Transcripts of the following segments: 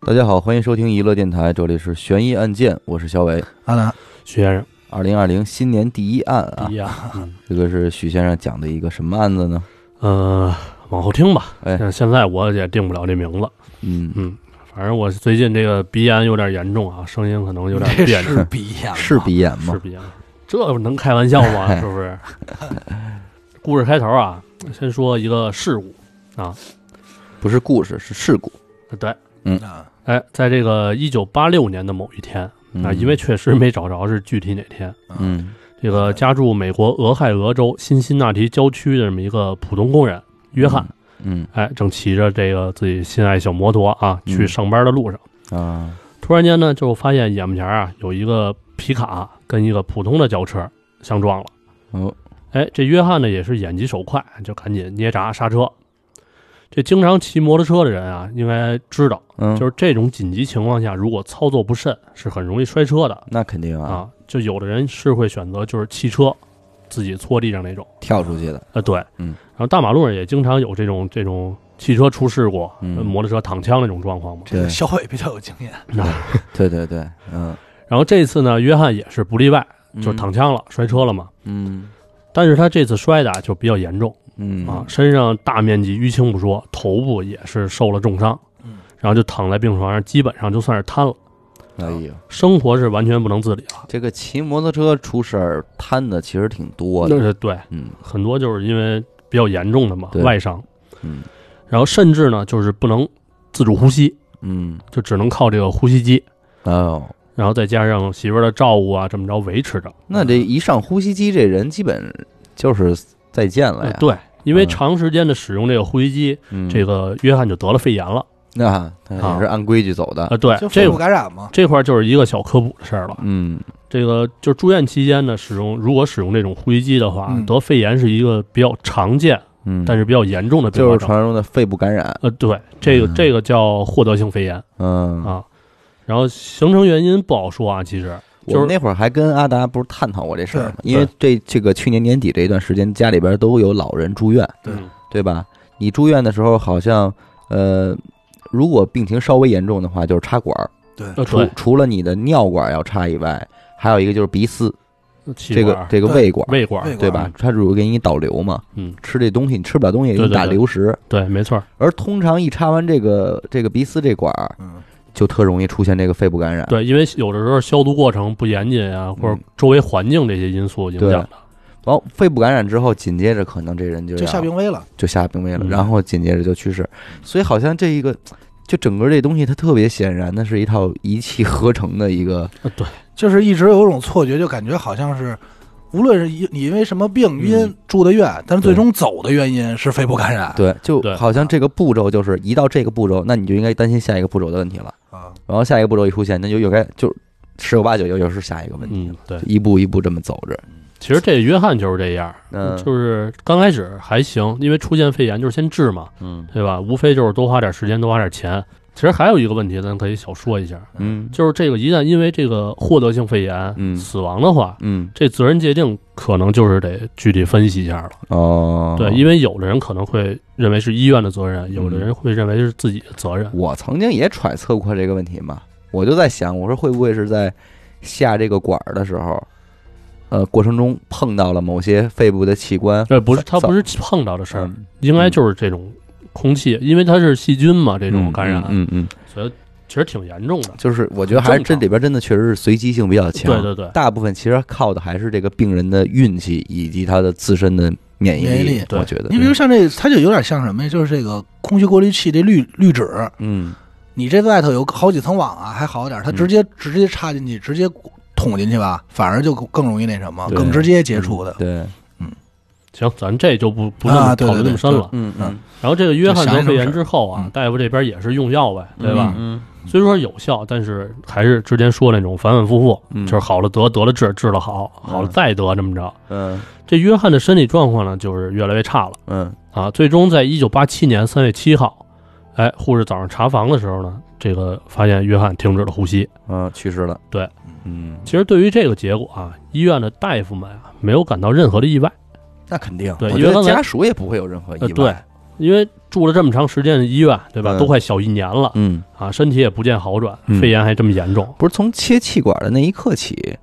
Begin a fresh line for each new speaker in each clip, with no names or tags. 大家好，欢迎收听娱乐电台，这里是悬疑案件，我是小伟。
阿南，
徐先生，
二零二零新年第一案啊
第，一啊，
这个是许先生讲的一个什么案子呢？
嗯，往后听吧。
哎
但现在我也定不了这名字。
嗯，
嗯，反正我最近这个鼻炎有点严重啊，声音可能有点别扭，
是鼻炎吗，
是鼻炎
是
吗？
鼻炎。这能开玩笑 吗？是不是？故事开头啊，先说一个事故。
不是故事，是事故。
对，
啊，
哎，在这个一九八六年的某一天
嗯
啊，因为确实没找着是具体哪天，
嗯
这个家住美国俄亥俄州辛辛那提郊区的这么一个普通工人约翰，
嗯
哎，正骑着这个自己心爱小摩托啊，
嗯
去上班的路上，
嗯啊
突然间呢，就发现眼前啊有一个皮卡跟一个普通的轿车相撞了。
哦
哎，这约翰呢也是眼疾手快，就赶紧捏闸刹车。这经常骑摩托车的人啊，应该知道，
嗯，
就是这种紧急情况下，如果操作不慎，是很容易摔车的
那肯定啊，
啊。就有的人是会选择就是汽车自己搓地上那种。
跳出去的。
啊，对，
嗯，
然后大马路上也经常有这种这种汽车出事故，
嗯
摩托车躺枪那种状况嘛。
这
对
个小伟比较有经验，
对对对，嗯，
然后这次呢，约翰也是不例外， 就是躺枪了，摔车了嘛。
嗯
但是他这次摔的啊就比较严重
嗯
啊，身上大面积淤青不说，头部也是受了重伤，
嗯，
然后就躺在病床上，基本上就算是瘫了，
哎呦，
生活是完全不能自理了。
这个骑摩托车出事儿摊的其实挺多
那
的。
是呃对，
嗯
很多就是因为比较严重的嘛
对
外伤，
嗯
然后甚至呢就是不能自主呼吸，
嗯，
就只能靠这个呼吸机，
哦，
然后再加上媳妇儿的照顾啊，这么着维持着。
那这一上呼吸机，这人基本就是再见了
呃
呀。
对，因为
嗯
长时间的使用这个呼吸机，
嗯，
这个约翰就得了肺炎了
那他也是按规矩走的
啊。。对
就，肺
这
部感染嘛，
这块儿就是一个小科普的事儿了。
嗯
这个就住院期间呢，使用如果使用这种呼吸机的话，
嗯
得肺炎是一个比较常见
嗯，
但是比较严重的并
就
发
是
症。
传说中的肺部感染。
呃，对，这个
嗯
这个叫获得性肺炎
嗯，
啊。然后形成原因不好说啊，其实
我
就
们
是
那会儿还跟阿达不是探讨过这事儿吗？
对
因为这这个去年年底这一段时间，家里边都有老人住院，
对
嗯
对吧？你住院的时候，好像呃，如果病情稍微严重的话，就是插管儿，
对，
呃
除
对，
除了你的尿管要插以外，还有一个就是鼻饲，
嗯气
这
管
个
儿
这个胃管，
胃管儿
胃管
对吧？它如果给你导流嘛，
嗯，
吃这东西你吃不了东西，给
对
你
对
打
对
流食。
对，没错儿，
而通常一插完这个这个鼻饲这管儿，
嗯，
就特容易出现这个肺部感染。
对，因为有的时候消毒过程不严谨啊，或者
嗯
周围环境这些因素影
对
响的。
完肺部感染之后，紧接着可能这人就
就
要
下病危了，
就下病危了，
嗯
然后紧接着就去世。所以好像这一个，就整个这东西它特别显然，那是一套一气呵成的一个，
呃对，
就是一直有一种错觉，就感觉好像是。无论是因你因为什么病因
嗯
住的院，但是最
对
终走的原因是肺部感染。
对，就
对
好像这个步骤就是一到这个步骤，那你就应该担心下一个步骤的问题了。
啊，
然后下一个步骤一出现，那就又该就十有八九又又是下一个问题，
嗯，对。
一步一步这么走着。
其实这约翰就是这样，
嗯
就是刚开始还行，因为出现肺炎就是先治嘛，
嗯
对吧？无非就是多花点时间，多花点钱。其实还有一个问题，咱可以小说一下，
嗯
就是这个一旦因为这个获得性肺炎、
嗯
死亡的话，
嗯
这责任界定可能就是得具体分析一下了。
哦，
对，因为有的人可能会认为是医院的责任，
嗯
有的人会认为是自己的责任。
我曾经也揣测过这个问题嘛，我就在想，我说会不会是在下这个管儿的时候，呃，过程中碰到了某些肺部的器官？
呃，不是，他
早
不是碰到的事儿，
嗯
应该就是这种空气，因为它是细菌嘛，这种感染，
嗯嗯嗯，
所以其实挺严重的。
就是我觉得还是
很正
这
常
里边真的确实是随机性比较强，
对对对，
大部分其实靠的还是这个病人的运气以及他的自身的免疫
免疫力
我
对
觉得，
你比如像这，它就有点像什么呀？就是这个空气过滤器这滤滤纸，
嗯
你这外头有好几层网啊，还好点儿，它
嗯
直接直接插进去，直接捅进去吧，反而就更容易那什么，
对嗯
更直接接触的。
对，
行，咱这就不不那么
啊对
讨论那
对
么
对
深了。
嗯
嗯
然后这个约翰得肺炎之后
想
啊
一想，
大夫这边也是用药呗，对吧？
嗯
虽说有效，但是还是之前说那种反反复复，
嗯
就是好了得，得了治，治了好，好了
嗯
再得，这么着。
嗯
这约翰的身体状况呢，就是越来越差了
嗯
啊。最终在一九八七年三月七号，哎，护士早上查房的时候呢，这个发现约翰停止了呼吸。
嗯，去世了，
对，
嗯，
其实对于这个结果啊，医院的大夫们啊没有感到任何的意外，
那肯定，
对
我
因
觉
为
得
刚才
家属也不会有任何意
呃，
外，
对，因为住了这么长时间的医院，对吧？
嗯
都快小一年了
嗯，
啊，身体也不见好转
嗯，
肺炎还这么严重。
不是从切气管的那一刻起，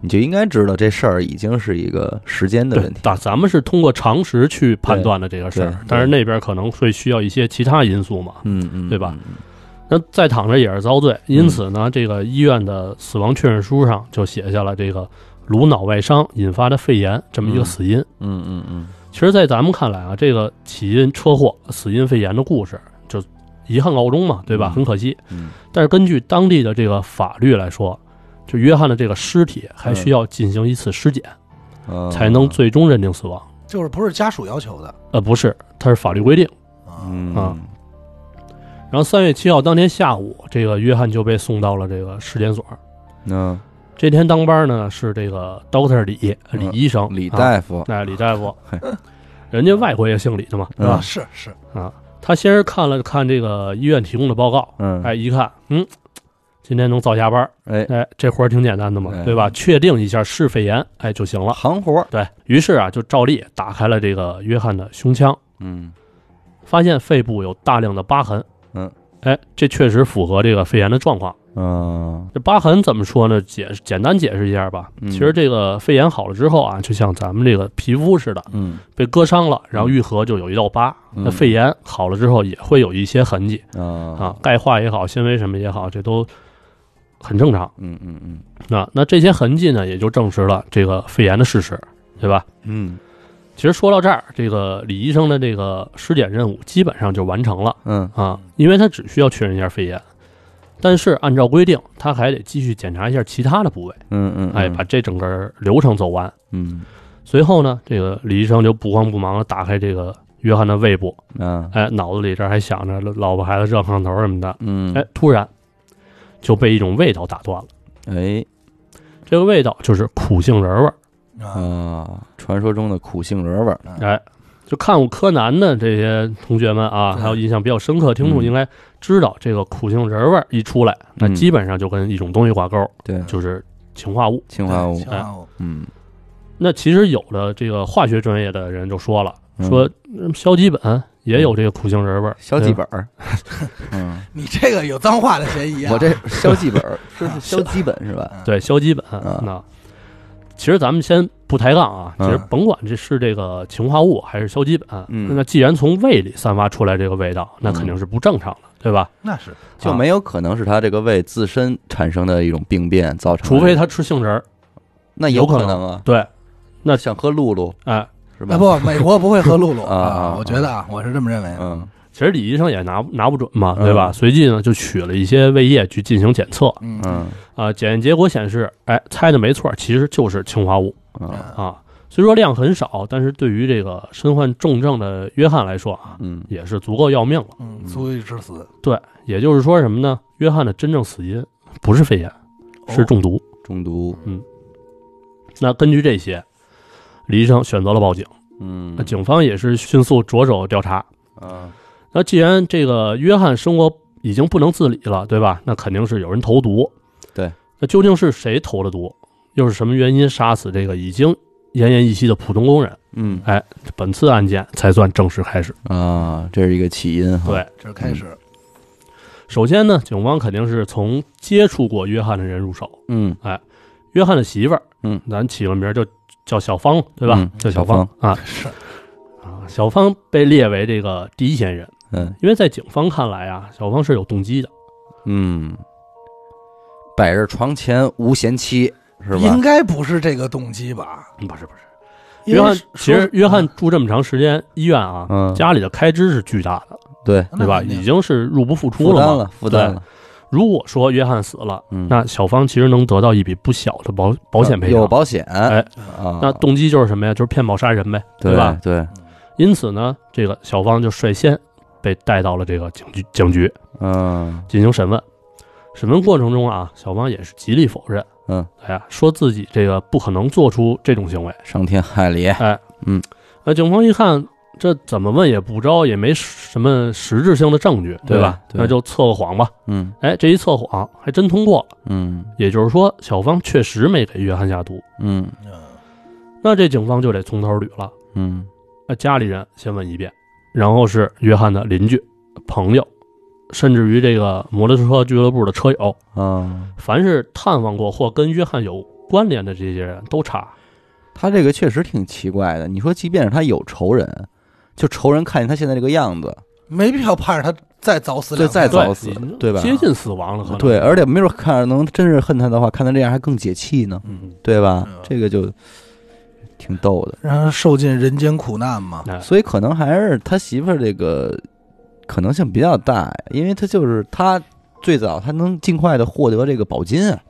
你就应该知道这事儿已经是一个时间的
对
问，题。
咱咱们是通过常识去判断的这个事
对对
儿，但是那边可能会需要一些其他因素嘛。
嗯嗯，
对吧？那再躺着也是遭罪，因此呢，这个医院的死亡确认书上就写下了这个颅脑外伤引发的肺炎这么一个死因。
嗯嗯嗯
其实，在咱们看来啊，这个起因车祸、死因肺炎的故事就遗憾告终嘛，对吧？
嗯
很可惜。
嗯，
但是根据当地的这个法律来说，就约翰的这个尸体还需要进行一次尸检，
嗯哦
才能最终认定死亡。
就是不是家属要求的
呃，不是，它是法律规定。
啊？
嗯
啊然后三月七号当天下午，这个约翰就被送到了这个尸检所。
那
这天当班呢是这个 Doctor 李
嗯
李医生，
李
啊
大夫，
哎，李大 夫
嘿，
人家外国也姓李的嘛，是
嗯
啊，
吧？
是是，
啊，他先是看了看这个医院提供的报告，
嗯
哎，一看，嗯，今天能早下班儿，
哎，
哎，这活儿挺简单的
哎
嘛，对吧？确定一下是肺炎，哎就行了。
行活儿，
对于是啊，就照例打开了这个约翰的胸腔，
嗯
发现肺部有大量的疤痕。
嗯，
哎，这确实符合这个肺炎的状况。
嗯
这疤痕怎么说呢？解简单解释一下吧。
嗯
其实这个肺炎好了之后啊，就像咱们这个皮肤似的，
嗯
被割伤了，然后愈合就有一道疤。
嗯
那肺炎好了之后也会有一些痕迹
啊
啊，钙化也好，纤维什么也好，这都很正常。
嗯嗯嗯
啊那那这些痕迹呢，也就证实了这个肺炎的事实，对吧？
嗯
其实说到这儿，这个李医生的这个尸检任务基本上就完成了
嗯
啊，因为他只需要确认一下肺炎，但是按照规定，他还得继续检查一下其他的部位，
嗯嗯，
哎，把这整个流程走完。
嗯
随后呢，这个李医生就不慌不忙地打开这个约翰的胃部，
啊
哎，脑子里这儿还想着老婆孩子热炕头什么的，
嗯
哎，突然就被一种味道打断了。
哎
这个味道就是苦杏仁味儿，
啊，
啊，传说中的苦杏仁味儿，
哎，就看过柯南的这些同学们啊，
对
还有印象比较深刻的听众
嗯
应该知道，这个苦杏仁味儿一出来，那
嗯
基本上就跟一种东西挂钩，
对，
就是氰化物。
氰化物
对，氰化物
嗯，
那其实有的这个化学专业的人就说了，
嗯
说嗯硝基苯也有这个苦杏仁味儿，
消
对
基
吧
本儿， 嗯，
你这个有脏话的嫌疑啊！
我这消基本儿是是消基本是吧？
嗯
对硝基苯。
啊
那其实咱们先不抬杠啊，其
嗯
实甭管这是这个氰化物还是硝基苯，
嗯
那既然从胃里散发出来这个味道，那肯定是不正常的，对吧？啊
那是
就没有可能是他这个胃自身产生的一种病变造成的，
除非他吃杏仁儿，
那有
有可
能啊，
对，那
想喝露露
哎，
是吧？
啊，不，美国不会喝露露
啊啊啊
我觉得啊，我是这么认为的。
嗯
其实李医生也拿拿不准嘛，
嗯
对吧？随即呢就取了一些胃液去进行检测
嗯
嗯
啊、检验结果显示，哎，猜的没错，其实就是氰化物
嗯
啊。虽说量很少，但是对于这个身患重症的约翰来说啊，
嗯
也是足够要命了。
嗯，足以致死，
对，也就是说什么呢？约翰的真正死因不是肺炎，
嗯哦
哦
是中毒。
中毒，
那根据这些，李医生选择了报警。
嗯
那警方也是迅速着手调查。
啊
那既然这个约翰生活已经不能自理了，对吧？那肯定是有人投毒。
对，
那究竟是谁投的毒？又是什么原因杀死这个已经奄奄一息的普通工人？
嗯
本次案件才算正式开始。
啊，这是一个起因哈，
对，
哦，这是开始
首先呢，警方肯定是从接触过约翰的人入手。
嗯
约翰的媳妇儿，
嗯，
咱起个名儿就叫小芳，对吧？
嗯
叫小
小
啊
是
啊，小芳被列为这个第一嫌疑人，
嗯
因为在警方看来啊，小芳是有动机的。
嗯，摆着床前无贤妻是吧
应？该不是这个动机吧？
嗯不是不是，
因为
约翰
说嗯
其实约翰住这么长时间医院啊，
嗯
家里的开支是巨大的，
对，
那
对吧？
肯定
已经是入不敷出
负担
了嘛。
了负担了，
如果说约翰死了，
嗯，呃
那小芳其实能得到一笔不小的保保险赔
有
偿。
保险，哎啊，
那动机就是什么呀？就是骗保杀人呗，
对
吧？？
对，
因此呢，这个小芳就率先被带到了这个警局警局
嗯
进行审问。审问过程中啊，小芳也是极力否认，
嗯，
哎呀，说自己这个不可能做出这种行为。
伤天害理，
啊
嗯
那哎呃警方一看，这怎么问也不着，也没什么实质性的证据，
对
吧？
对
那就测个谎吧。
嗯
哎，这一测谎还真通过了，
嗯
也就是说，小芳确实没给约翰下毒。
嗯
嗯
那这警方就得从头捋了。
嗯
那家里人先问一遍，然后是约翰的邻居、朋友，甚至于这个摩托车俱乐部的车友，
嗯，
凡是探望过或跟约翰有关联的这些人都查。
他这个确实挺奇怪的。你说，即便是他有仇人，就仇人看见他现在这个样子，
没必要盼着他再早死
对，
两次，
再早死
已，经
对吧？
接近死亡了，可能
对，而且没准看着能真是恨他的话，看他这样还更解气呢，
嗯，
对吧
嗯？
这个就挺逗的。
让他受尽人间苦难嘛。
哎
所以可能还是他媳妇儿这个可能性比较大，因为他就是他最早他能尽快的获得这个保金啊，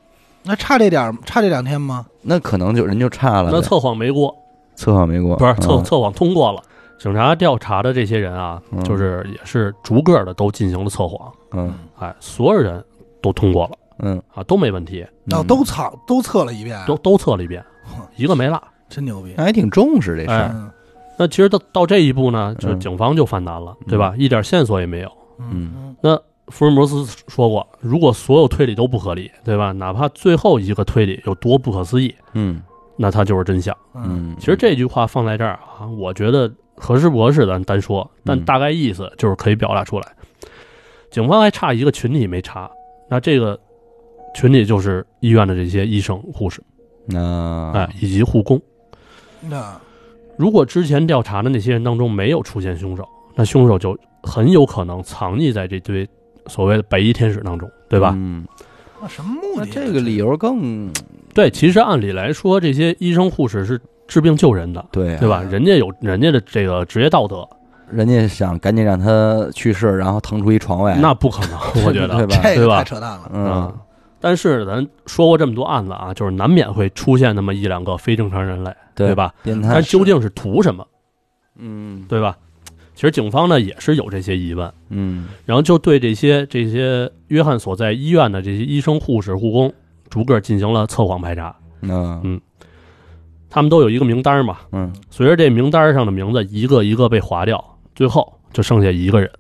那差这点儿差这两天吗？
那可能就人就差了呗。
那测谎没过，
测谎没过，
不是测
嗯
测谎通过了。警察调查的这些人啊
嗯，
就是也是逐个的都进行了测谎，
嗯
哎，所有人都通过了
嗯，
啊，都没问题，
哦，都测都测了一遍，
都都测了一遍，一个没落。
真牛逼。
那还挺重视这事儿，
哎
嗯
那其实到到这一步呢，就
嗯
警方就犯难了，对吧？一点线索也没有。
嗯
福尔摩斯说过，如果所有推理都不合理，对吧？哪怕最后一个推理有多不可思议，
嗯
那它就是真相。
嗯
嗯。
其实这句话放在这儿啊，我觉得合适不合适咱单说，但
嗯
大概意思就是可以表达出来。警方还差一个群体没查，那这个群体就是医院的这些医生、护士，
那
哎，以及护工。
嗯，那
如果之前调查的那些人当中没有出现凶手，那凶手就很有可能藏匿在这堆所谓的白衣天使当中，对吧？嗯
嗯，
那什么目
那
的？啊
这个理由更
对，其实按理来说，这些医生护士是治病救人的，
对啊
对吧？人家有人家的这个职业道德，
人家想赶紧让他去世，然后腾出一床位，
那不可能，我
对
觉得。
吧？
这
对
个
吧
太扯淡了。
嗯，
啊但是咱说过这么多案子啊，就是难免会出现那么一两个非正常人类，对
对？哎
吧？
变态
但，究竟是图什么，
嗯
对吧？其实警方呢也是有这些疑问，
嗯
然后就对这些这些约翰所在医院的这些医生、护士、护工逐个进行了测谎排查，
那
嗯他们都有一个名单嘛，
嗯
随着这名单上的名字一个一个被划掉，最后就剩下一个人，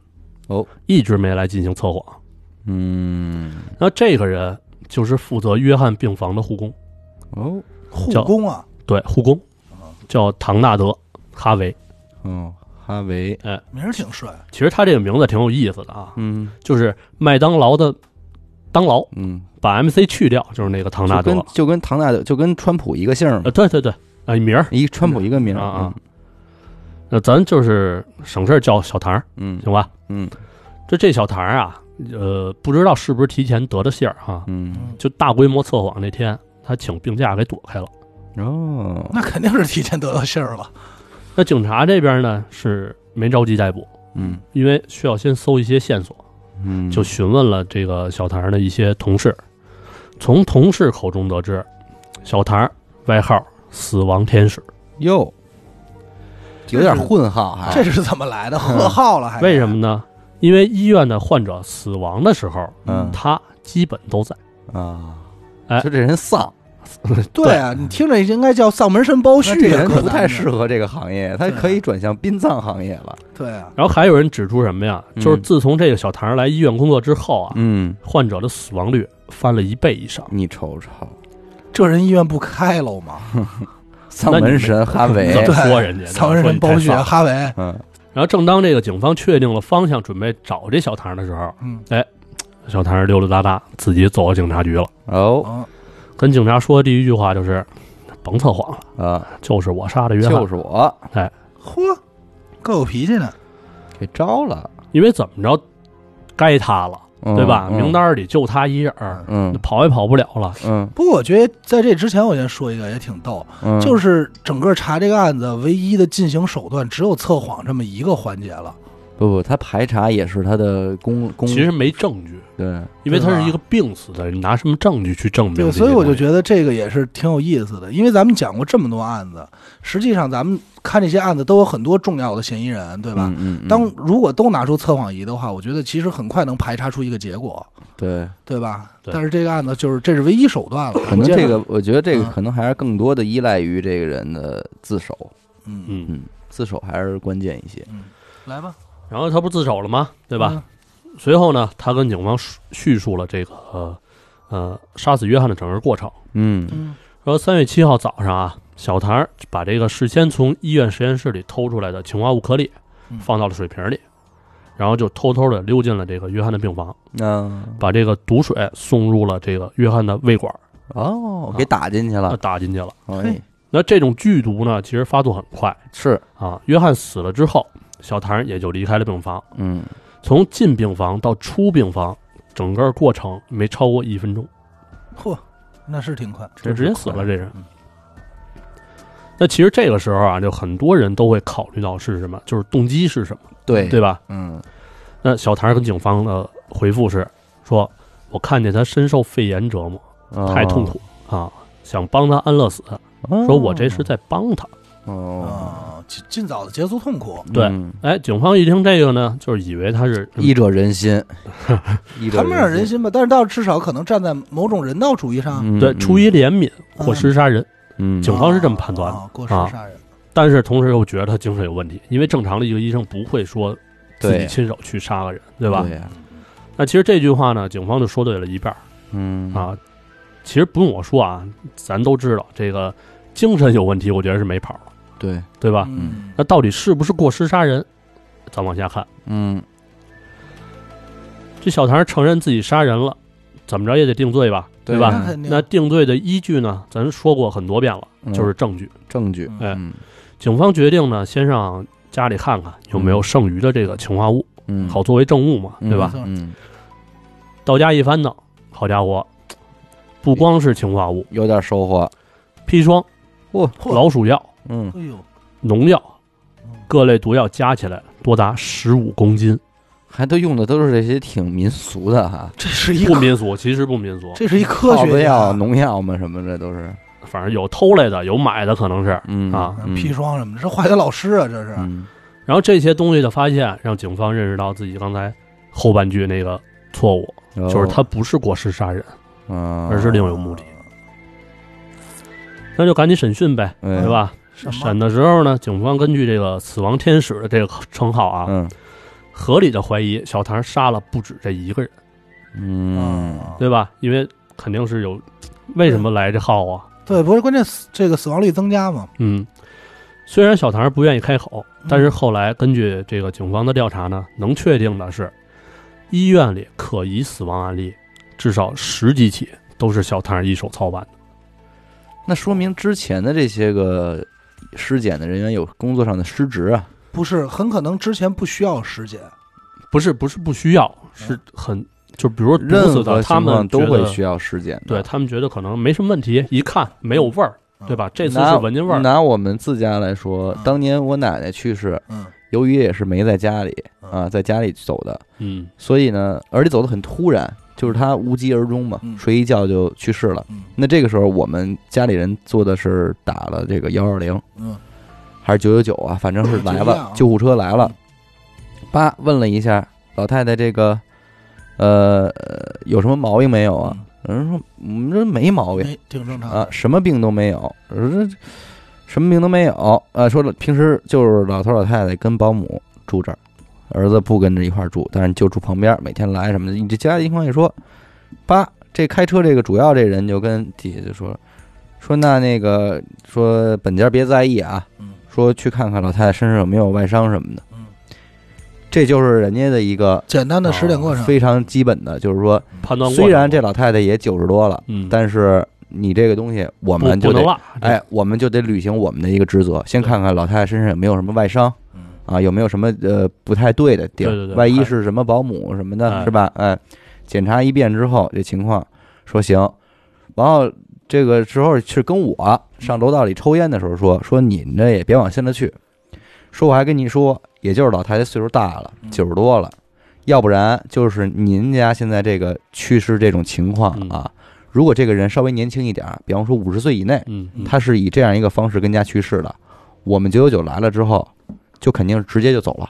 哦，
一直没来进行测谎。
嗯
那这个人就是负责约翰病房的护工，
哦
护
叫
工啊，
对，护工
啊
叫唐纳德·哈维。
哦，哈维，
名儿挺帅。
其实他这个名字挺有意思的啊，
嗯
就是麦当劳的当劳，
嗯，
把 MC 去掉就是那个唐纳
就
德
跟
了。
就跟唐纳德就跟川普一个姓儿嘛
呃，，对对对，啊，一名儿。
一川普一个名儿
啊啊，那咱就是省事儿叫小唐儿，
嗯
行吧？
嗯
这这小唐儿啊，呃，不知道是不是提前得的信儿哈、
嗯
就大规模测谎那天，他请病假给躲开了。
嗯，哦，
那肯定是提前得到信儿了。
那警察这边呢是没着急逮捕，
嗯
因为需要先搜一些线索，
嗯，
就询问了这个小唐的一些同事，从同事口中得知，小唐外号“死亡天使
哟，有点混号还，
这是怎么来的？贺号
哎
了还？”，
哎为什么？呢？因为医院的患者死亡的时候，
嗯
他基本都在。
啊，
哎
就这人丧，
对啊，你听着应该叫丧门神包
那这
旭啊，
人
可
不太适
合。
合这个行业，他可以转向殡葬行业了，
对啊，
然后还有人指出什么呀？
嗯
就是自从这个小唐来医院工作之后啊，
嗯，
患者的死亡率翻了一倍以上。
你瞅瞅，
这人医院不开喽吗？
丧门神哈维
那，
对
你哎怎么说人家呢
丧门
说
神
你太
包旭啊
丧
哈维，
嗯
然后正当这个警方确定了方向，准备找这小唐的时候，
嗯，
小唐溜溜达达自己走到警察局了，
哦
哦，
跟警察说的第一句话就是：“甭测谎了，
啊，
就是我杀的约翰
就。是我
嚯，够有脾气呢。
给招了，”
因为怎么着，该他了，
嗯
对吧？
嗯
名单里就他一人儿，
嗯
那跑也跑不了了。
嗯
不过我觉得在这之前，我先说一个也挺逗，
嗯，
就是整个查这个案子唯一的进行手段只有测谎这么一个环节了。
不不，他排查也是他的公公，
其实没证据，
对，
因为他
对吧
是一个病死的，你拿什么证据去证明这
对，
些东
所以
西？
我就觉得这个也是挺有意思的，因为咱们讲过这么多案子，实际上咱们看这些案子都有很多重要的嫌疑人，对吧？
嗯，嗯嗯
当如果都拿出测谎仪的话，我觉得其实很快能排查出一个结果，
对，
对吧？
对
但是这个案子就是这是唯一手段了，
可能这
我觉
个，我觉得这个
嗯
可能还是更多的依赖于这个人的自首，
得嗯，
嗯，
嗯，自首还是关键一些，
来吧，
然后他不自首了吗？
对
对吧？？
嗯
随后呢，他跟警方叙叙述了这个呃呃杀死约翰的整个过程。
嗯
嗯
说三月七号早上啊，小唐把这个事先从医院实验室里偷出来的氰化物颗粒
嗯
放到了水瓶里，然后就偷偷的溜进了这个约翰的病房，
嗯，
把这个毒水送入了这个约翰的胃管，
哦，给打进去了，
打进去了。
哎，
那这种剧毒呢，其实发作很快
是，
啊。约翰死了之后，小唐也就离开了病房。
嗯，
从进病房到出病房，整个过程没超过一分钟，
嚯，嗯那是挺快。
就直接死了。这人
嗯。
那其实这个时候啊，就很多人都会考虑到是什么，就是动机是什么，
对
对，吧？
嗯，
那小唐跟警方的回复是说：“我看见他深受肺炎折磨，太痛苦啊，想帮他安乐死，
哦。
说我这是在帮他。
哦，
啊，尽尽早的结束痛苦。
对
嗯
哎，警方一听这个呢，就是以为他是
医者仁 心，医者
谈不上人心吧，啊但是倒是至少可能站在某种人道主义上，
嗯
对
嗯
出于怜悯过失杀人，
嗯
警方是这么判断的
啊，过失杀人，
但是同时又觉得他精神有问题，因为正常的一个医生不会说自己
对
亲手去杀个人，对吧？
对啊呀
那其实这句话呢，警方就说对了一半儿
嗯，
啊。其实不用我说啊，咱都知道这个精神有问题，我觉得是没跑了，
对，
对吧？
嗯
啊那到底是不是过失杀人？咱往下看，
嗯
这小唐承认自己杀人了，怎么着也得定罪吧，
对
吧？
那肯定
那定罪的依据呢，咱说过很多遍了，
嗯
就是证据。
证据，
哎
嗯
警方决定呢，先上家里看看有没有剩余的这个氰化物，
嗯，
好作为证物嘛，
嗯，
对吧？
嗯，
到家一翻呢，好家伙，不光是氰化物、
有点收获，
砒霜、
嚯
老鼠药、
嗯，
哎呦，
农药
嗯
各类毒药加起来多达十五公斤，
还都用的都是这些挺民俗的哈，
这是一
不
个，
民俗，其实不民俗，
这是一科
耗子
学
药、
家，
农药嘛什么的都是，
反正有偷来的，有买的，可能是。
嗯
啊
嗯砒，霜什么的，这化学老师啊，这是
嗯
然后这些东西的发现，让警方认识到自己刚才后半句那个错误，
嗯，
就是他不是过失杀人，
嗯，
而是另有目的。
啊
那就赶紧审讯呗，
对
对？吧？
什么
啊审的时候呢，警方根据这个“死亡天使”的这个称号啊，
嗯
合理的怀疑小唐杀了不止这一个人，
嗯，
啊
对吧？因为肯定是有，为什么来这号啊？
对，不是关键死这个死亡率增加嘛？
嗯，虽然小唐不愿意开口，但是后来根据这个警方的调查呢，能确定的是，医院里可疑死亡案例至少十几起都是小唐一手操办的。
那说明之前的这些个尸检的人员有工作上的失职啊，
不是，很可能之前不需要尸检，
不是不是不需要，是很就比如说毒
嗯
死
任何
的，他
情况
们
都
觉
会
得
需要尸检的，
对他们觉得可能没什么问题，一看没
嗯
有味儿，对吧？这次
拿
是闻见味儿，
拿我们自家来说
嗯，
当年我奶奶去世，
嗯？嗯，
由于也是没在家里
嗯
啊，在家里走的，
嗯，
所以呢，而且走的很突然，就是她无疾而终嘛
嗯，
睡一觉就去世了。
嗯
那这个时候，我们家里人做的是打了这个幺二零
嗯
还是九九九啊，反正是来
就一样
了
啊，
救护车来了
嗯。
爸问了一下老太太这个，呃，有什么毛病没有啊？有人说我们这没毛病，
嗯哎挺正常
啊，
的。
什么病都没有，我说这什么病都没有。呃，说了平时就是老头老太太跟保姆住这儿，儿子不跟着一块儿住，但是就住旁边，每天来什么的。你这家里情况一说，爸，这开车这个主要这人就跟底下就说说那那个说本家别在意啊，
嗯
说去看看老太太身上有没有外伤什么的。
嗯，
这就是人家的一个
简单的尸检过程，
哦非常基本的，就是说，
判断过
虽然
程
这老太太也九十多了，
嗯，
但是你这个东西我
不
们就
不
得
能落，这
哎，我们就得履行我们的一个职责，先看看老太太身上有没有什么外伤
嗯
啊，有没有什么呃不太对的地儿，
对对对
万一
还
是什么保姆什么的，
哎
是吧？哎，检查一遍之后这情况，说行，然后这个时候是跟我上楼道里抽烟的时候说，说你那也别往心里去，说我还跟你说，也就是老太太岁数大了，
嗯
九十多了，要不然就是您家现在这个去世这种情况
嗯
啊，如果这个人稍微年轻一点儿，比方说五十岁以内。
嗯，嗯
他是以这样一个方式跟家去世的。我们九九九来了之后，就肯定直接就走了，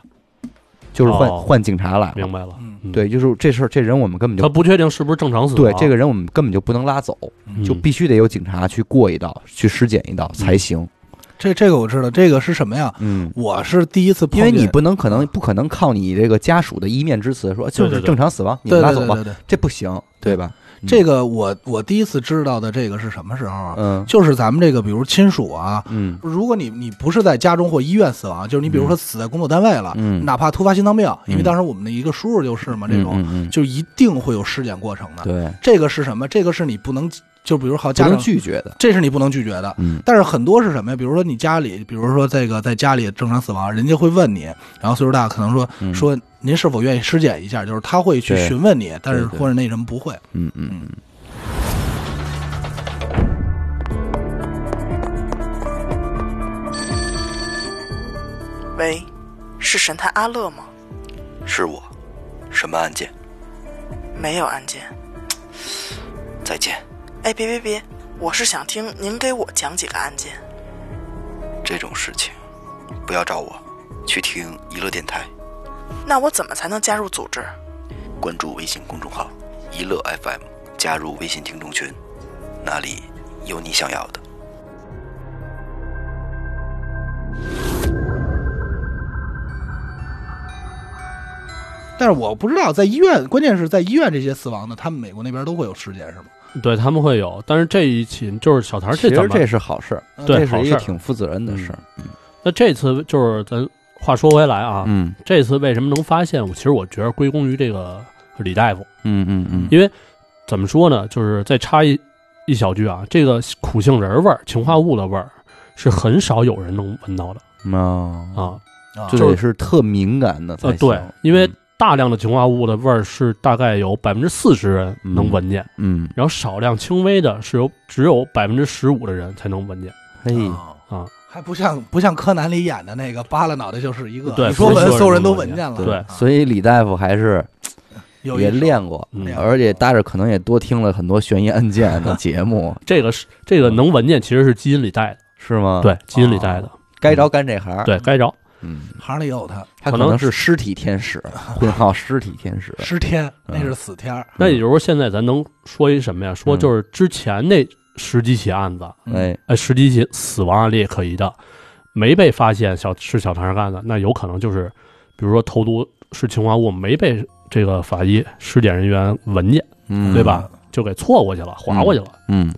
就是换、
哦
换警察来了。
明白了，
嗯
嗯，
对，就是这事儿，这人我们根本
他
就
不确定是不是正常死亡，
嗯
啊
对这个人我们根本就不能拉走，
嗯
就必须得有警察去过一道，去尸检一道才行。
这这个我知道，这个是什么呀？
嗯，
我是第一次碰
因
见，
为你不能可能不可能靠你这个家属的一面之词说就
对
是
对
正常死亡，你
对
们
对
拉
对
走吧，
对对，
这不行，对吧？嗯
这个我我第一次知道的这个是什么时候啊？
嗯
就是咱们这个，比如亲属啊，
嗯
如果你你不是在家中或医院死亡，就是你比如说死在工作单位了，
嗯，
哪怕突发心脏病，因
嗯
为当时我们的一个叔叔就是嘛，这种
嗯嗯嗯
就一定会有尸检过程的。
啊
对，
这个是什么？这个是你不能，就比如好
不
家
能
长，
拒绝的，
这是你不能拒绝的。
嗯
但是很多是什么呀？比如说你家里，比如说这个在家里正常死亡，人家会问你，然后岁数大可能说
嗯
说您是否愿意尸检一下，就是他会去
对
询问你，但是
对对
或者那什么不会。
嗯嗯嗯。
喂，是神探阿乐吗？
是我，什么案件？
没有案件。
再见，
哎，别别别，我是想听您给我讲几个案件。
这种事情不要找我，去听娱乐电台，
那我怎么才能加入组织？
关注微信公众号“娱乐 FM”，加入微信听众群，那里有你想要的。
但是我不知道在医院，关键是在医院这些死亡的，他们美国那边都会有尸检是吗？
对他们会有，但是这一起就是小唐
其
这
实
怎么
这是好事儿，
对
这是
好
一
事
个
儿？嗯啊
挺负责任的事儿。
那这次就是咱话说回来啊，
嗯
这次为什么能发现？我其实我觉得归功于这个李大夫，
嗯嗯嗯，
因为怎么说呢，就是再插一一小句啊，这个苦杏仁味儿、氰化物的味儿是很少有人能闻到的
嗯啊，
啊。
啊，
这
就
得
是
是特敏感的才
呃，
行。
对，因为
嗯
大量的氰化物的味儿是大概有百分之四十人能闻见，
嗯，
然后少量轻微的是有只有百分之十五的人才能闻见。
嘿，
啊
啊，
还不像不像柯南里演的那个扒拉脑袋就是一个，
对
你说闻
不是
所有人
所
都
有人
闻见了，
都闻见对
啊
所以李大夫还是
有一
也
手
练过，
嗯
哎呀
而且搭着可能也多听了很多悬疑案件 的节目，
这个是这个能闻见，其实是基因里带的，
是吗？，
对，基因里带的，
该着干这行。，
对该着。
哦嗯，
行里也有他，
他
可
可
能
能是尸体天使，混号尸体天使。
十天那
嗯
是死天儿，
那也就是说，现在咱能说一什么呀？说
嗯
就是之前那十几起案子，
嗯
哎，
呃，十几起死亡案例可疑的，没被发现小是小唐干的，那有可能就是，比如说投毒是氰化物，没被这个法医尸检人员闻见，
嗯，
对吧？就给错过去了，划过去了。
嗯，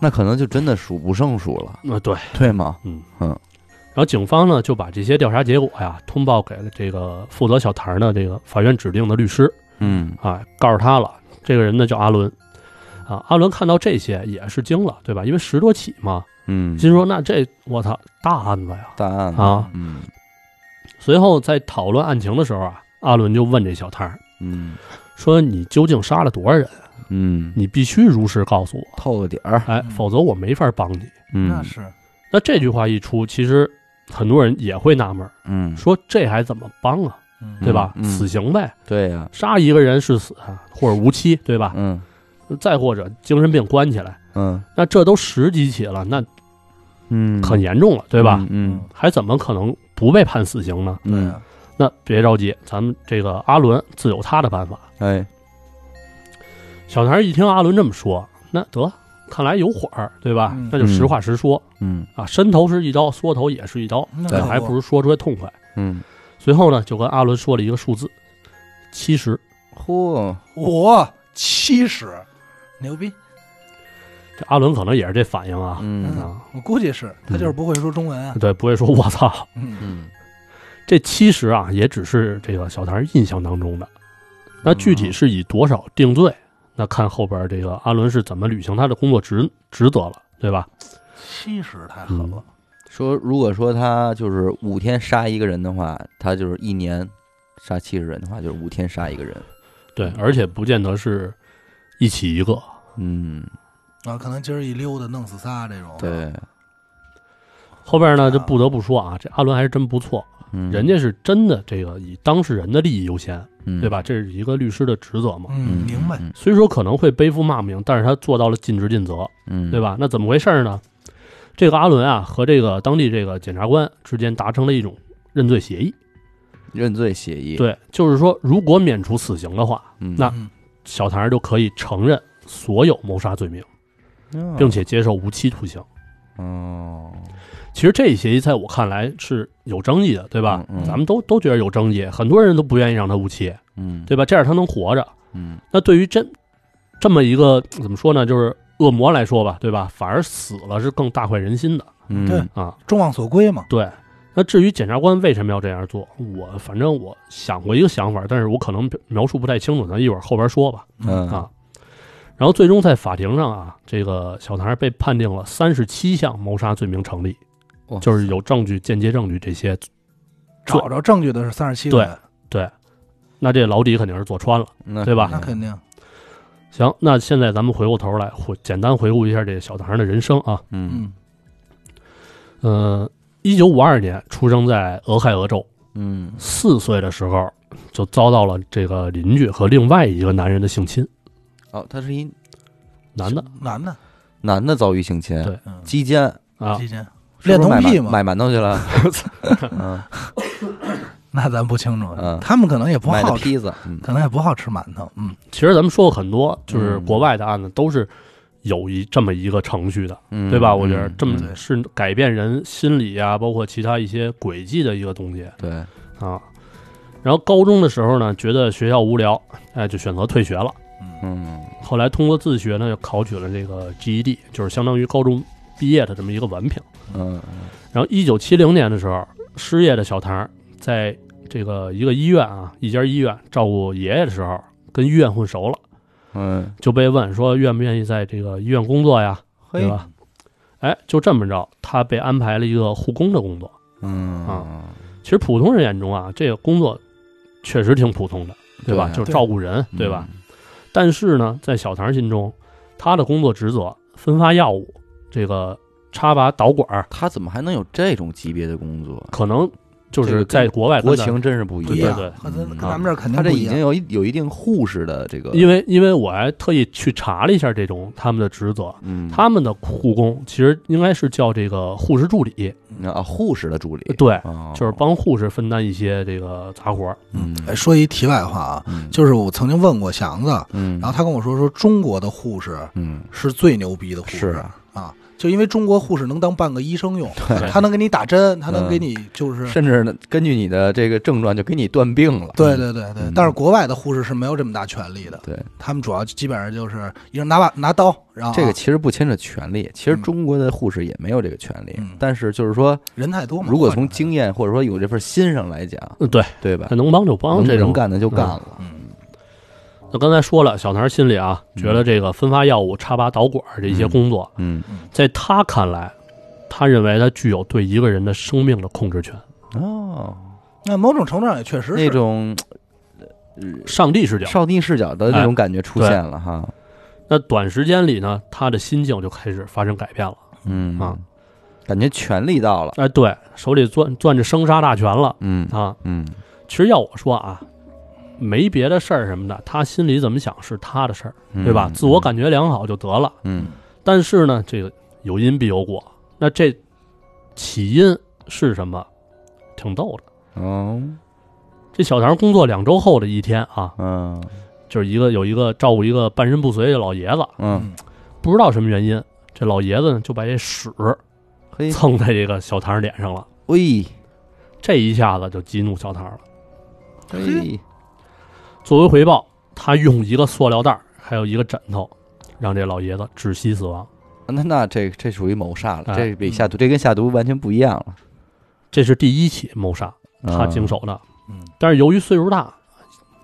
那可能就真的数不胜数了，
嗯、对。
对吗？
然后警方呢就把这些调查结果呀通报给了这个负责小唐的这个法院指定的律师
嗯
啊，告诉他了，这个人呢叫阿伦。啊，阿伦看到这些也是惊了，对吧？因为十多起嘛，
嗯，
心说那这我操大案子呀！
答案
啊，
嗯
随后在讨论案情的时候啊，阿伦就问这小唐，
嗯
说你究竟杀了多少人？
嗯，
你必须如实告诉我，
透个底儿，
哎
嗯，
否则我没法帮你。
那
嗯
是
那这句话一出，其实很多人也会纳闷儿，
嗯，
说这还怎么帮啊？
嗯
对吧？
嗯嗯
死刑呗，
对呀，
杀一个人是死啊，或者无期，对吧？
嗯
再或者精神病关起来，
嗯
那这都十几起了，那
嗯，
很严重了，对吧？
嗯？
还怎么可能不被判死刑呢？
嗯
对
那别着急，咱们这个阿伦自有他的办法。
嗯，哎，
小唐一听阿伦这么说，那得看来有火儿，对吧
嗯？
那就实话实说
嗯
啊，伸头是一刀，缩头也是一刀，
那
对
可
还不如说出来痛快。
嗯，
随后呢，就跟阿伦说了一个数字，七十。
嚯，
我七十，牛逼！
这阿伦可能也是这反应啊，
嗯
啊，
我估计是他就是不会说中文啊。
对，不会说我操，
嗯，
嗯，
这七十啊，也只是这个小唐印象当中的。那具
嗯
体是以多少定罪？那看后边这个阿伦是怎么履行他的工作职职责了，对吧？
七十太狠了，
说如果说他就是五天杀一个人的话，他就是一年杀七十人的话，就是五天杀一个人。
对，而且不见得是一起一个。
嗯，
啊，可能今儿一溜达弄死仨这种。，
对，
后边呢，
啊
就不得不说啊，这阿伦还是真不错，
嗯，
人家是真的这个以当事人的利益优先，
嗯
对吧？？这是一个律师的职责嘛。
嗯，
嗯，
明白。
嗯，
虽说可能会背负骂名，但是他做到了尽职尽责，
嗯，
对？吧？那怎么回事儿呢？这个阿伦啊和这个当地这个检察官之间达成了一种认罪协议，
认罪协议，，
对，就是说，如果免除死刑的话，
嗯，
那
嗯
小
嗯
唐就可以承认所有谋杀罪名，并且接受无期徒刑。
哦，
其实这一协议在我看来是有争议的，对吧？
嗯嗯
咱们都都觉得有争议，很多人都不愿意让他无期，
嗯，
对吧？这样他能活着。
嗯
那对于这这么一个怎么说呢，就是恶魔来说吧，对吧？反而死了是更大快人心的
嗯，
对
啊。
众望所归嘛。
对，那至于检察官为什么要这样做，我反正我想过一个想法，但是我可能描述不太清楚，咱一会儿后边说吧。
嗯
啊然后最终在法庭上啊，这个小唐被判定了三十七项谋杀罪名成立
哇，
就是有证据、间接证据这些。
找着证据的是三十七个人，
那这老底肯定是坐穿了。
那
对吧
那肯定。
行，那现在咱们回过头来，回简单回顾一下这小唐的人生啊。
嗯
嗯
呃，一九五二年出生在俄亥俄州，
嗯
四岁的时候就遭到了这个邻居和另外一个男人的性侵，
哦，他是一
男的
男的，
男的遭遇性侵，
对
嗯，
鸡奸，
啊，
期间
是
恋
不是
童
买
癖
馒
嘛，
买馒头去了， 嗯，
那咱不清楚
嗯。
他们可能也不
买的
好吃，
披萨，嗯
可能也不好吃馒头。嗯，
其实咱们说过很多，就是
嗯
国外的案子都是有一这么一个程序的，
嗯，
对吧？我觉得这么
嗯
对
是改变人心理啊，包括其他一些轨迹的一个东西
对，
啊。然后高中的时候呢，觉得学校无聊，哎，就选择退学了。
嗯
后来通过自学呢，又考取了这个 GED，就是相当于高中毕业的这么一个文凭。
嗯
然后一九七零年的时候，失业的小唐在这个一个医院啊，一家医院照顾爷爷的时候，跟医院混熟了，
嗯，
就被问说愿不愿意在这个医院工作呀，对
嘿，
吧？哎，就这么着，他被安排了一个护工的工作。
嗯
啊其实普通人眼中啊，这个工作确实挺普通的，对吧？
对啊嗯
就是照顾人，对吧？？但是呢，在小唐心中，他的工作职责分发药物，这个插拔导管儿，
他怎么还能有这种级别的工作？
可能就
这
是
个
在
跟
国外
国
跟咱
情真是不一
不一
样
样，。
哎对对
和咱
嗯
跟咱们这儿肯
他这
定不一
已经
样。
有一有一定护士的这个，
因为因为我还特意去查了一下这种他们的职责，
嗯，
他们的护工其实应该是叫这个护士助理，
啊护士的助理，
呃对，
哦，
就是帮护士分担一些这个杂活儿。
嗯，
哎说一题外话啊，
嗯
就是我曾经问过祥子，
嗯，
然后他跟我说说中国的护士
嗯
是最牛逼的护
是
士
啊，
啊，就因为中国护士能当半个医生用，
对
他能给你打针，他能
嗯
给你就是
甚至呢，根据你的这个症状就给你断病了，
对对对对
嗯，
但是国外的护士是没有这么大权力的，
对，
他们主要基本上就是一人拿把拿刀，然后啊
这个其实不牵扯权利，其实
嗯
中国的护士也没有这个权利，
嗯
但是就是说，
人太多嘛。
如果
换着
从
来
经验或者说有这份心上来讲，
嗯，对，
对吧？
能帮就帮
哎能
这
能
种。嗯
干的就干了，
那刚才说了，小唐心里啊，觉得这个分发药物、插拔导管儿这些工作，
嗯
在他看来，他认为他具有对一个人的生命的控制权。
哦，
那某种程度上也确实
那
是，
种
上帝视角。
嗯上帝视角的那种感觉
哎
出现了哈，
那短时间里呢，他的心境就开始发生改变了。
嗯
啊，
感觉权力到了，
哎，对手里攥攥着生杀大权了
嗯
啊！
嗯
其实要我说啊，没别的事儿什么的，他心里怎么想是他的事儿，
嗯
对吧？自我，感觉良好就得了。
嗯
但是呢，这个有因必有果。那这起因是什么？挺逗的。
哦
这小唐工作两周后的一天啊，
嗯
就是一个有一个照顾一个半身不遂的老爷子，
嗯，
不知道什么原因，这老爷子呢就把这屎
嘿，
蹭在这个小唐脸上了。
喂，
这一下子就激怒小唐了。
嘿，
作为回报，他用一个塑料袋儿还有一个枕头，让这老爷子窒息死亡。
那那这这属于谋杀了，
哎
这比下毒这跟下毒完全不一样了，
这是第一起谋杀，他经手的。
嗯，
但是由于岁数大，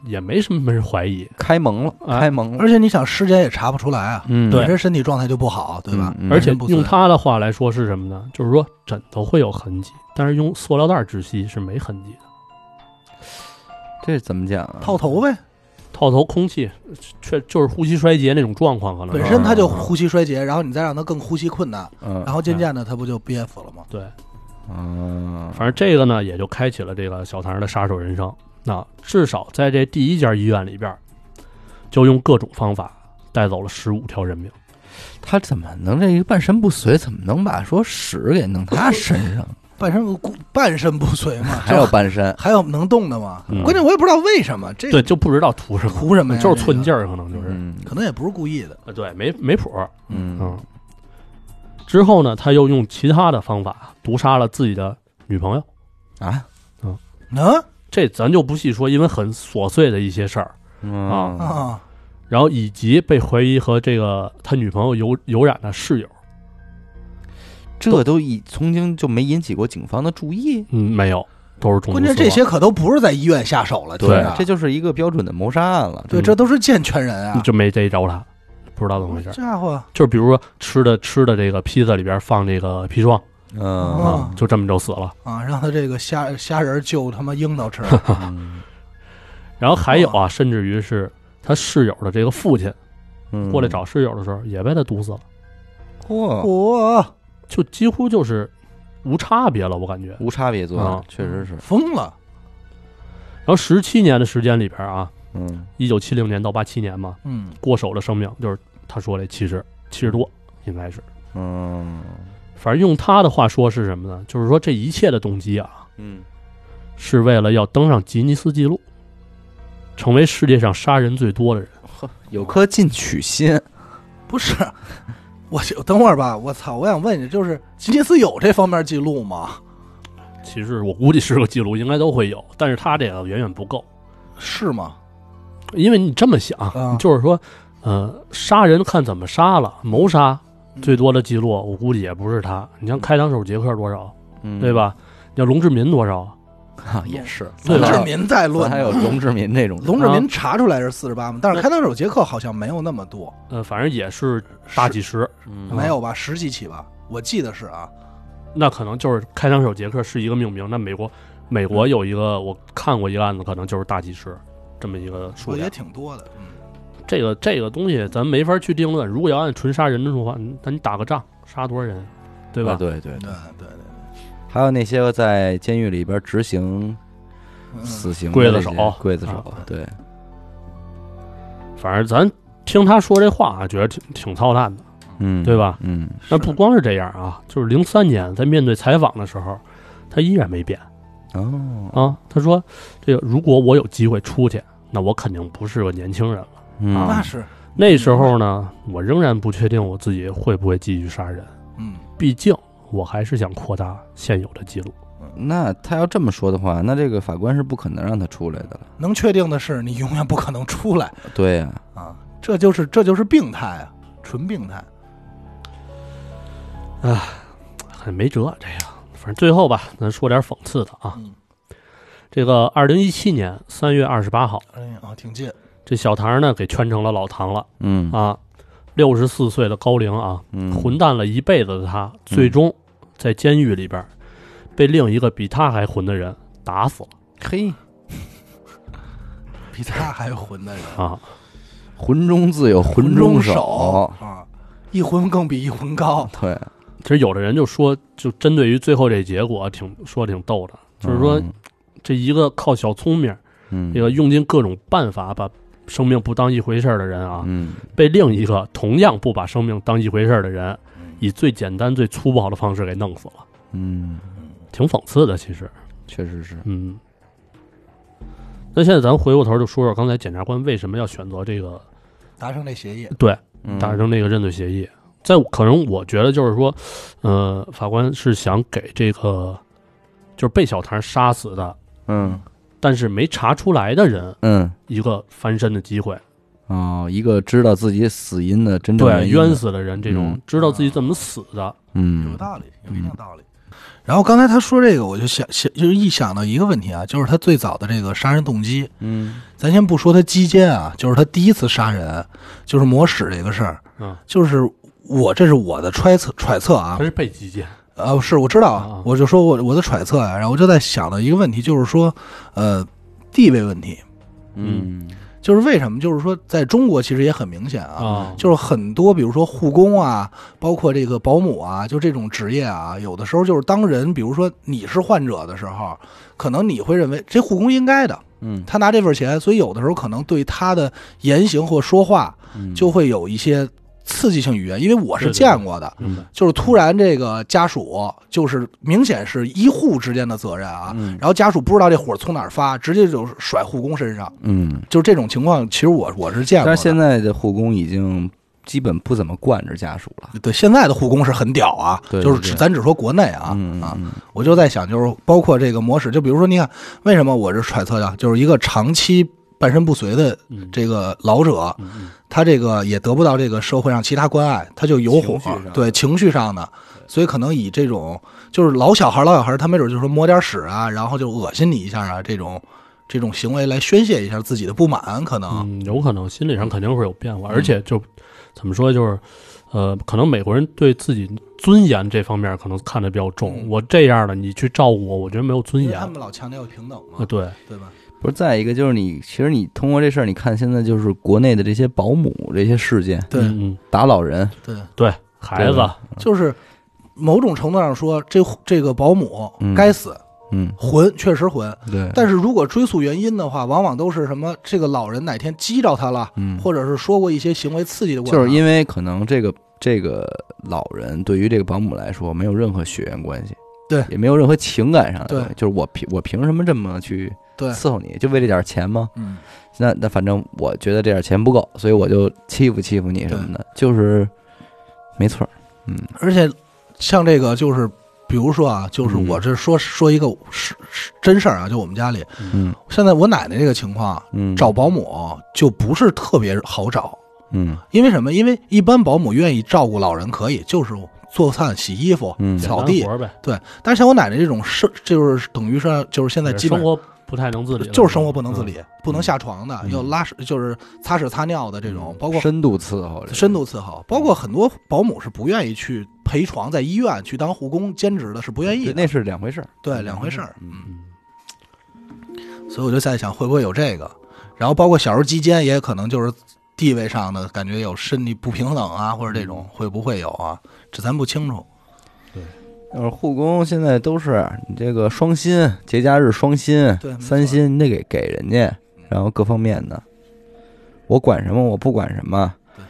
也没什么人怀疑。
开蒙了，
哎
开蒙了，
而且你想尸检也查不出来啊，
嗯
本身身体状态就不好，对吧？
嗯嗯
而且
不遂
用他的话来说是什么呢？就是说枕头会有痕迹，但是用塑料袋儿窒息是没痕迹的。
这怎么讲啊？
套头呗，
套头空气，却就是呼吸衰竭那种状况，可能
本
是
身他就呼吸衰竭，然后你再让他更呼吸困难，
嗯，
然后渐渐的他不就憋死了吗？
对。
嗯，
反正这个呢，也就开启了这个小唐的杀手人生。那至少在这第一家医院里边儿，就用各种方法带走了十五条人命。
他怎么能这一个半身不遂？怎么能把说屎给弄他身 上？
半身不半身不遂嘛，
还有半身，
还有能动的吗？
嗯
关键我也不知道为什么这
对，就不知道图什么，
图什么呀？
就是呃寸劲
儿，
儿，可能就是，
嗯
可能也不是故意的。
呃对，没没谱儿。
嗯
嗯，之后呢，他又用其他的方法毒杀了自己的女朋友。
啊
啊
这咱就不细说，因为很琐碎的一些事儿。嗯
啊
啊
然后以及被怀疑和这个他女朋友有有染的室友，
这都已曾经就没引起过警方的注意，
嗯，没有，都是中毒
关键
死亡
这些可都不是在医院下手了，
对啊
真的
这就是一个标准的谋杀案了。
对，
嗯
这都是健全人啊！
就没逮着他，不知道怎嗯么回事
这。家伙，
就是比如说吃的吃的这个披萨里边放这个砒霜
嗯
啊，就这么就死了。
啊，让他这个虾虾仁儿就他妈樱桃 吃，
嗯
然后还有啊，甚至于是他室友的这个父亲
嗯
过来找室友的时候，也被他毒死了，
嚯，
我
就几乎就是无差别了，我感觉。
无差别作
啊
案，确实是，
疯了，
然后十七年的时间里边啊，
嗯
一九七零年到八七年嘛，
嗯，
过手的生命就是他说的七十七十多，应该是。
嗯
反正用他的话说是什么呢？就是说这一切的动机啊，
嗯，
是为了要登上吉尼斯纪录，成为世界上杀人最多的人。
有颗进取心，
不是。 我就等会儿吧，我操！我想问你，就是吉尼斯有这方面记录吗？
其实我估计是个记录，应该都会有，但是他这个远远不够，
是吗？
因为你这么想，
啊
就是说，呃，杀人看怎么杀了，谋杀最多的记录，我估计也不是他。你像开膛手杰克多少，
嗯
对？吧？你像龙志民多少？
啊也是，
对
龙
吧
志民在
咱
论呢，
还有龙志民这种人，
龙志民查出来是四十八嘛，但是开膛手杰克好像没有那么多，
呃，反正也是大几十，
嗯
没有吧？十几起吧，我记得是啊。
那可能就是开膛手杰克是一个命名。那美国，美国有一个我看过一个案子，可能就是大几十这么一个数
说也
量。
挺多的，嗯，
这个这个东西咱没法去定论。如果要按纯杀人的话，那你打个仗杀多少人，对吧？
啊对对对
对对对
还有那些个在监狱里边执行，
嗯
死刑的
刽子
这些
手
刽子手
啊，
对，
反正咱听他说这话啊，觉得挺挺操蛋的。
嗯，
对吧？
嗯
那不光是这样啊，就是零三年在面对采访的时候，他依然没变
哦，
啊。他说：“这个如果我有机会出去，那我肯定不是个年轻人了。”
嗯
那是，
那时候呢，我仍然不确定我自己会不会继续杀人，
嗯，
毕竟我还是想扩大现有的记录。
那他要这么说的话，那这个法官是不可能让他出来的了。
能确定的是，你永远不可能出来
对呀、
啊！这就是这就是病态啊，纯病态。
很没辙，啊这样，反正最后吧，咱说点讽刺的啊。
嗯，
这个二零一七年三月二十八号，
哎呀，啊挺近，
这小唐呢给圈成了老唐了
嗯
啊，六十四岁的高龄啊，
嗯，
混蛋了一辈子的他，最终在监狱里边被另一个比他还混的人打死了
嘿，
比他还混的人，
啊。
魂中自有
魂
中哦
中啊，一魂更比一魂高。
对，
其实有的人就说，就针对于最后这结果，挺说挺逗的，就是说
嗯
这一个靠小聪明，
嗯，
这个用尽各种办法把生命不当一回事儿的人啊，
嗯
被另一个同样不把生命当一回事儿的人，以最简单、最粗暴的方式给弄死了，
嗯，
挺讽刺的。其实，
确实是，
嗯。那现在咱回过头就说说刚才检察官为什么要选择这个
达成这协议，
对
嗯
达成这个认罪协议，在我可能我觉得就是说，呃，法官是想给这个就是被小唐杀死的，
嗯
但是没查出来的人
嗯
一个翻身的机会。
哦，一个知道自己死因的真正
对啊
原因的
冤，死的人，这种
嗯
知道自己怎么死
啊
的，
嗯
有，道理，有
嗯
一定道理。然后刚才他说这个，我就想想，就是一想到一个问题啊，就是他最早的这个杀人动机，
嗯
咱先不说他击奸啊，就是他第一次杀人，就是抹屎这个事儿，
嗯，
就是我这是我的揣测揣测啊
他，是被击剑，
呃，是我知道
啊啊
啊，我就说我我的揣测啊，然后我就在想到一个问题，就是说，呃，地位问题，
嗯
就是为什么，就是说在中国其实也很明显啊，
啊，
就是很多比如说护工啊，包括这个保姆啊，就这种职业啊，有的时候就是当人比如说你是患者的时候，可能你会认为这护工应该的，
嗯
他拿这份钱，所以有的时候可能对他的言行或说话
嗯，
就会有一些刺激性语言，因为我是
对对
见过的，
明白
就是突然这个家属就是明显是医护之间的责任啊，
嗯
然后家属不知道这火从哪儿发，直接就甩护工身上，
嗯，
就这种情况，其实我我是见过
但
的。
是现在的护工已经基本不怎么惯着家属了。
对，现在的护工是很屌啊，
对
就是
对
只
对
咱只说国内啊
嗯
啊，
嗯
我就在想，就是包括这个模式，就比如说，你看为什么我是揣测呀，就是一个长期半身不遂的
嗯
这个老者，
嗯嗯
他这个也得不到这个社会上其他关爱，他就有火
情绪上，
对情绪上的，所以可能以这种就是老小孩儿老小孩儿，他没准就是说抹点屎啊，然后就恶心你一下啊，这种这种行为来宣泄一下自己的不满，可能、
嗯，有可能心理上肯定会有变化，
嗯
而且就怎么说，就是呃，可能美国人对自己尊严这方面可能看得比较重。
嗯
我这样的，你去照顾我，我觉得没有尊
因为
严
嗯
他们
啊。
老强调平等嘛，
对，
对吧？
不是，再一个就是你，其实你通过这事儿，你看现在就是国内的这些保姆这些事件，
对、
嗯，嗯
打老人，
对，
对，孩
对
子，
就是某种程度上说，这这个保姆
嗯
该死，
嗯，
混确实混，
对，
但是如果追溯原因的话，往往都是什么这个老人哪天激着他了，
嗯，
或者是说过一些行为刺激的过程，
就是因为可能这个这个老人对于这个保姆来说没有任何血缘关系，
对
也没有任何情感上的
对
东西，就是我凭我凭什么这么去
对，
伺候你，就为这点钱吗？
嗯，
那那反正我觉得这点钱不够，所以我就欺负欺负你什么的，就是没错儿，
而且像这个就是，比如说啊，就是
嗯
我这说、说一个是是真事儿啊，就我们家里
嗯
现在我奶奶这个情况，
嗯，
找保姆就不是特别好找，
嗯
因为什么？因为一般保姆愿意照顾老人可以，就是做饭、洗衣服、
嗯
简
扫
单
地
活，儿呗，
对。但是像我奶奶这种生，就是等于说就是现在基本
生活不太能自理了，
就是生活不能自理，不能
嗯
下床的，
嗯
要拉屎就是擦屎擦尿的这种，包括
深度伺候这个，
深度伺候，包括很多保姆是不愿意去陪床，在医院去当护工兼职的，是不愿意
对
的，
那是两回事儿，
对，两回事儿。
嗯，
嗯。
所以我就在想，会不会有这个？然后包括小时候期间，也可能就是地位上的感觉有身体不平等啊，或者
嗯
这种会不会有啊？这咱不清楚。
要是护工现在都是你这个双薪，节假日双薪
对没，错嗯
三薪你得给给人家，然后各方面的，我管什么我不管什么
对，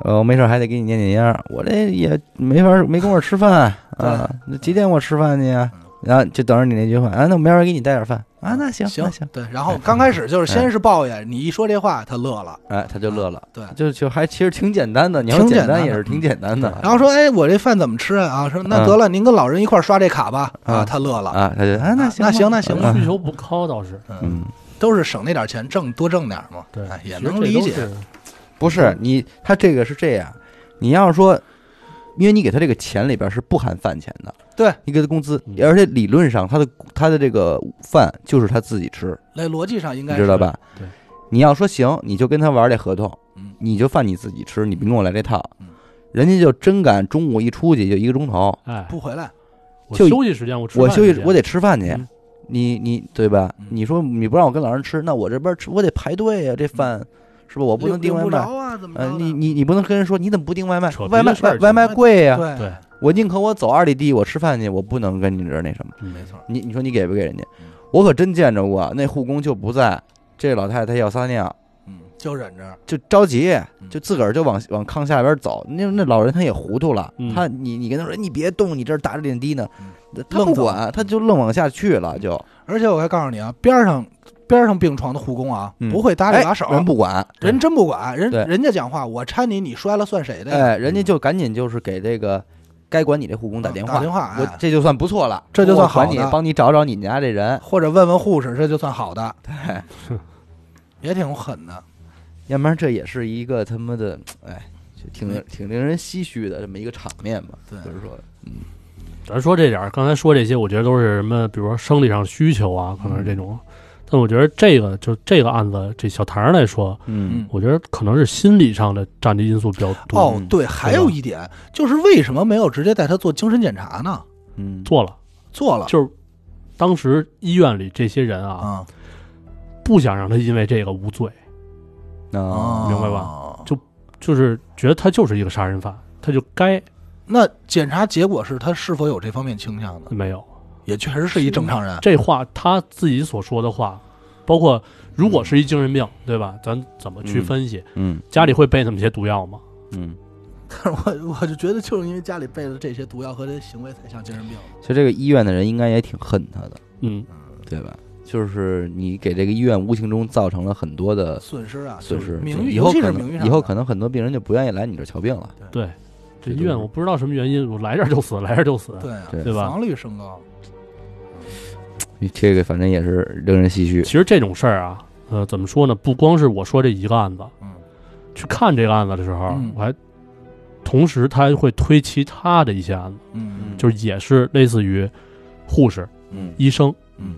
呃，我没事儿还得给你念念烟儿，我这也没法没工夫吃饭
对
啊，那几点我吃饭去呀
嗯？
然后就等着你那句话啊，那我明儿给你带点饭啊，那行那
行嗯
行，
对。然后刚开始就是先是抱怨，你一说这话他乐了，
哎，他就乐了，
对
就就还其实挺简单的，你要
挺简
简
单
单
的嗯
也是挺简单的，
然后说哎我这饭怎么吃啊？啊说那
嗯
得了，您跟老人一块儿刷这卡吧啊，
嗯
他乐了。
啊，他就啊那行
那
吧
行那行吧
嗯
需求不高倒是，
嗯。
都是省那点钱，挣多挣点嘛，
对
哎，也
其实
能
这
理
都
解。
是
不
嗯
是你，他这个是这样，你要是说，因为你给他这个钱里边是不含饭钱的，
对
你给他工资
嗯，
而且理论上他的他的这个饭就是他自己吃，
那逻辑上应
你
该
知道吧？
对，
你要说行，你就跟他玩这合同
嗯，
你就饭你自己吃，你别跟我来这套
嗯，
人家就真敢中午一出去就一个钟头，
哎，
不回来？
我
就
休息时间我吃
我
饭
休
时
息
间
我得吃饭去
嗯。
你你对吧
啊嗯？
你说你不让我跟老人吃，那我这边吃我得排队呀、这饭是吧？我
我
不能订外
嗯不
卖
着，啊，怎么
呃
着，的？
你你你不能跟人说你怎么不订外卖
扯？皮
外卖
的事儿
外
去
外卖贵呀、
对
对，
我宁可我走二里地，我吃饭去，我不能跟你这儿那什么。
嗯
没错，
你你说你给不给人家
嗯？
我可真见着过，啊那护工就不在，这老太太要撒尿
嗯，就忍着，
就着急，
嗯
就自个儿就往往炕下边走。那那老人他也糊涂了，
嗯
他你你跟他说哎你别动，你这儿打着点滴呢
嗯，
他不
愣走嗯
管，他就愣往下去了，就
而且我还告诉你啊，边上边上病床的护工啊，
嗯
不会搭理把手，
人不管，
人真不管，人
对
人家讲话，我搀你，你摔了算谁的呀？
哎，
嗯
人家就赶紧就是给这个该管你这护工打
嗯
电
打
话
电，话，
我
哎
这就算不错了，
这就算
我管
好
你
的
帮你找找你家这人，
或者问问护士，这就算好的，
对。
也挺狠的。
要不然这也是一个他妈的，哎，就挺挺令人唏嘘的这么一个场面吧。
对
就是说，
咱说这点儿，刚才说这些，我觉得都是什么，比如说生理上需求啊，可能是这种。但我觉得这个就这个案子，这小唐儿来说，
嗯
我觉得可能是心理上的占的因素比较多。
哦，对，还有一点就是为什么没有直接带他做精神检查呢？
嗯，
做了，
做了
就是当时医院里这些人啊，
啊，
不想让他因为这个无罪，
啊，
哦
明白吧就是觉得他就是一个杀人犯，他就该
那检查结果是他是否有这方面倾向呢？
没有。
也确实是一正常人。
这话他自己所说的话，包括如果是一精神病，对吧？咱怎么去
嗯
分析？
嗯
家里会备那么些毒药吗？
嗯。
但是 我我就觉得，就是因为家里备了这些毒药和这些行为，才像精神病。
其实这个医院的人应该也挺恨他的，
嗯，
对吧？就是你给这个医院无形中造成了很多的
损失啊，
损
就是
失，
名
就
誉，
以后
尤其
可
是名誉
能
上
以后
的
可能很多病人就不愿意来你这儿瞧病了。
对，
这
这医
都
院
是
我不知道什么原因，我来这儿就死，来这儿就死。
对啊
对
对吧
防率升高，
这个反正也是令人唏嘘
其。实这种事儿啊，呃，怎么说呢？不光是我说这一个案子，
嗯，
去看这个案子的时候，
嗯
我还同时他还会推其他的一些案子，
嗯，
就是也是类似于护士、
嗯
医生，
嗯，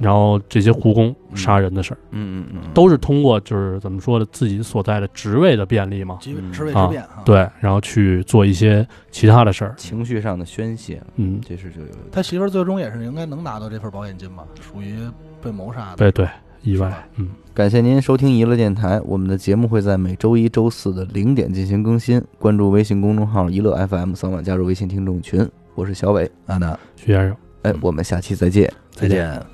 然后这些护工
嗯
杀人的事儿，
嗯嗯嗯，
都是通过就是怎么说呢，自己所在的职位的便利嘛，
即
嗯
职位
啊
之变啊，，
对，然后去做一些其他的事儿，
情绪上的宣泄，
嗯，
这事就有点
他媳妇儿最终也是应该能拿到这份保险金吧，属于被谋杀的，
哎对对，意
是吧
外，嗯，
感谢您收听娱乐电台，我们的节目会在每周一周四的零点进行更新。关注微信公众号“娱乐 FM”，扫码加入微信听众群。我是小伟，
安娜，
徐先生。
哎，我们下期再见。
再见。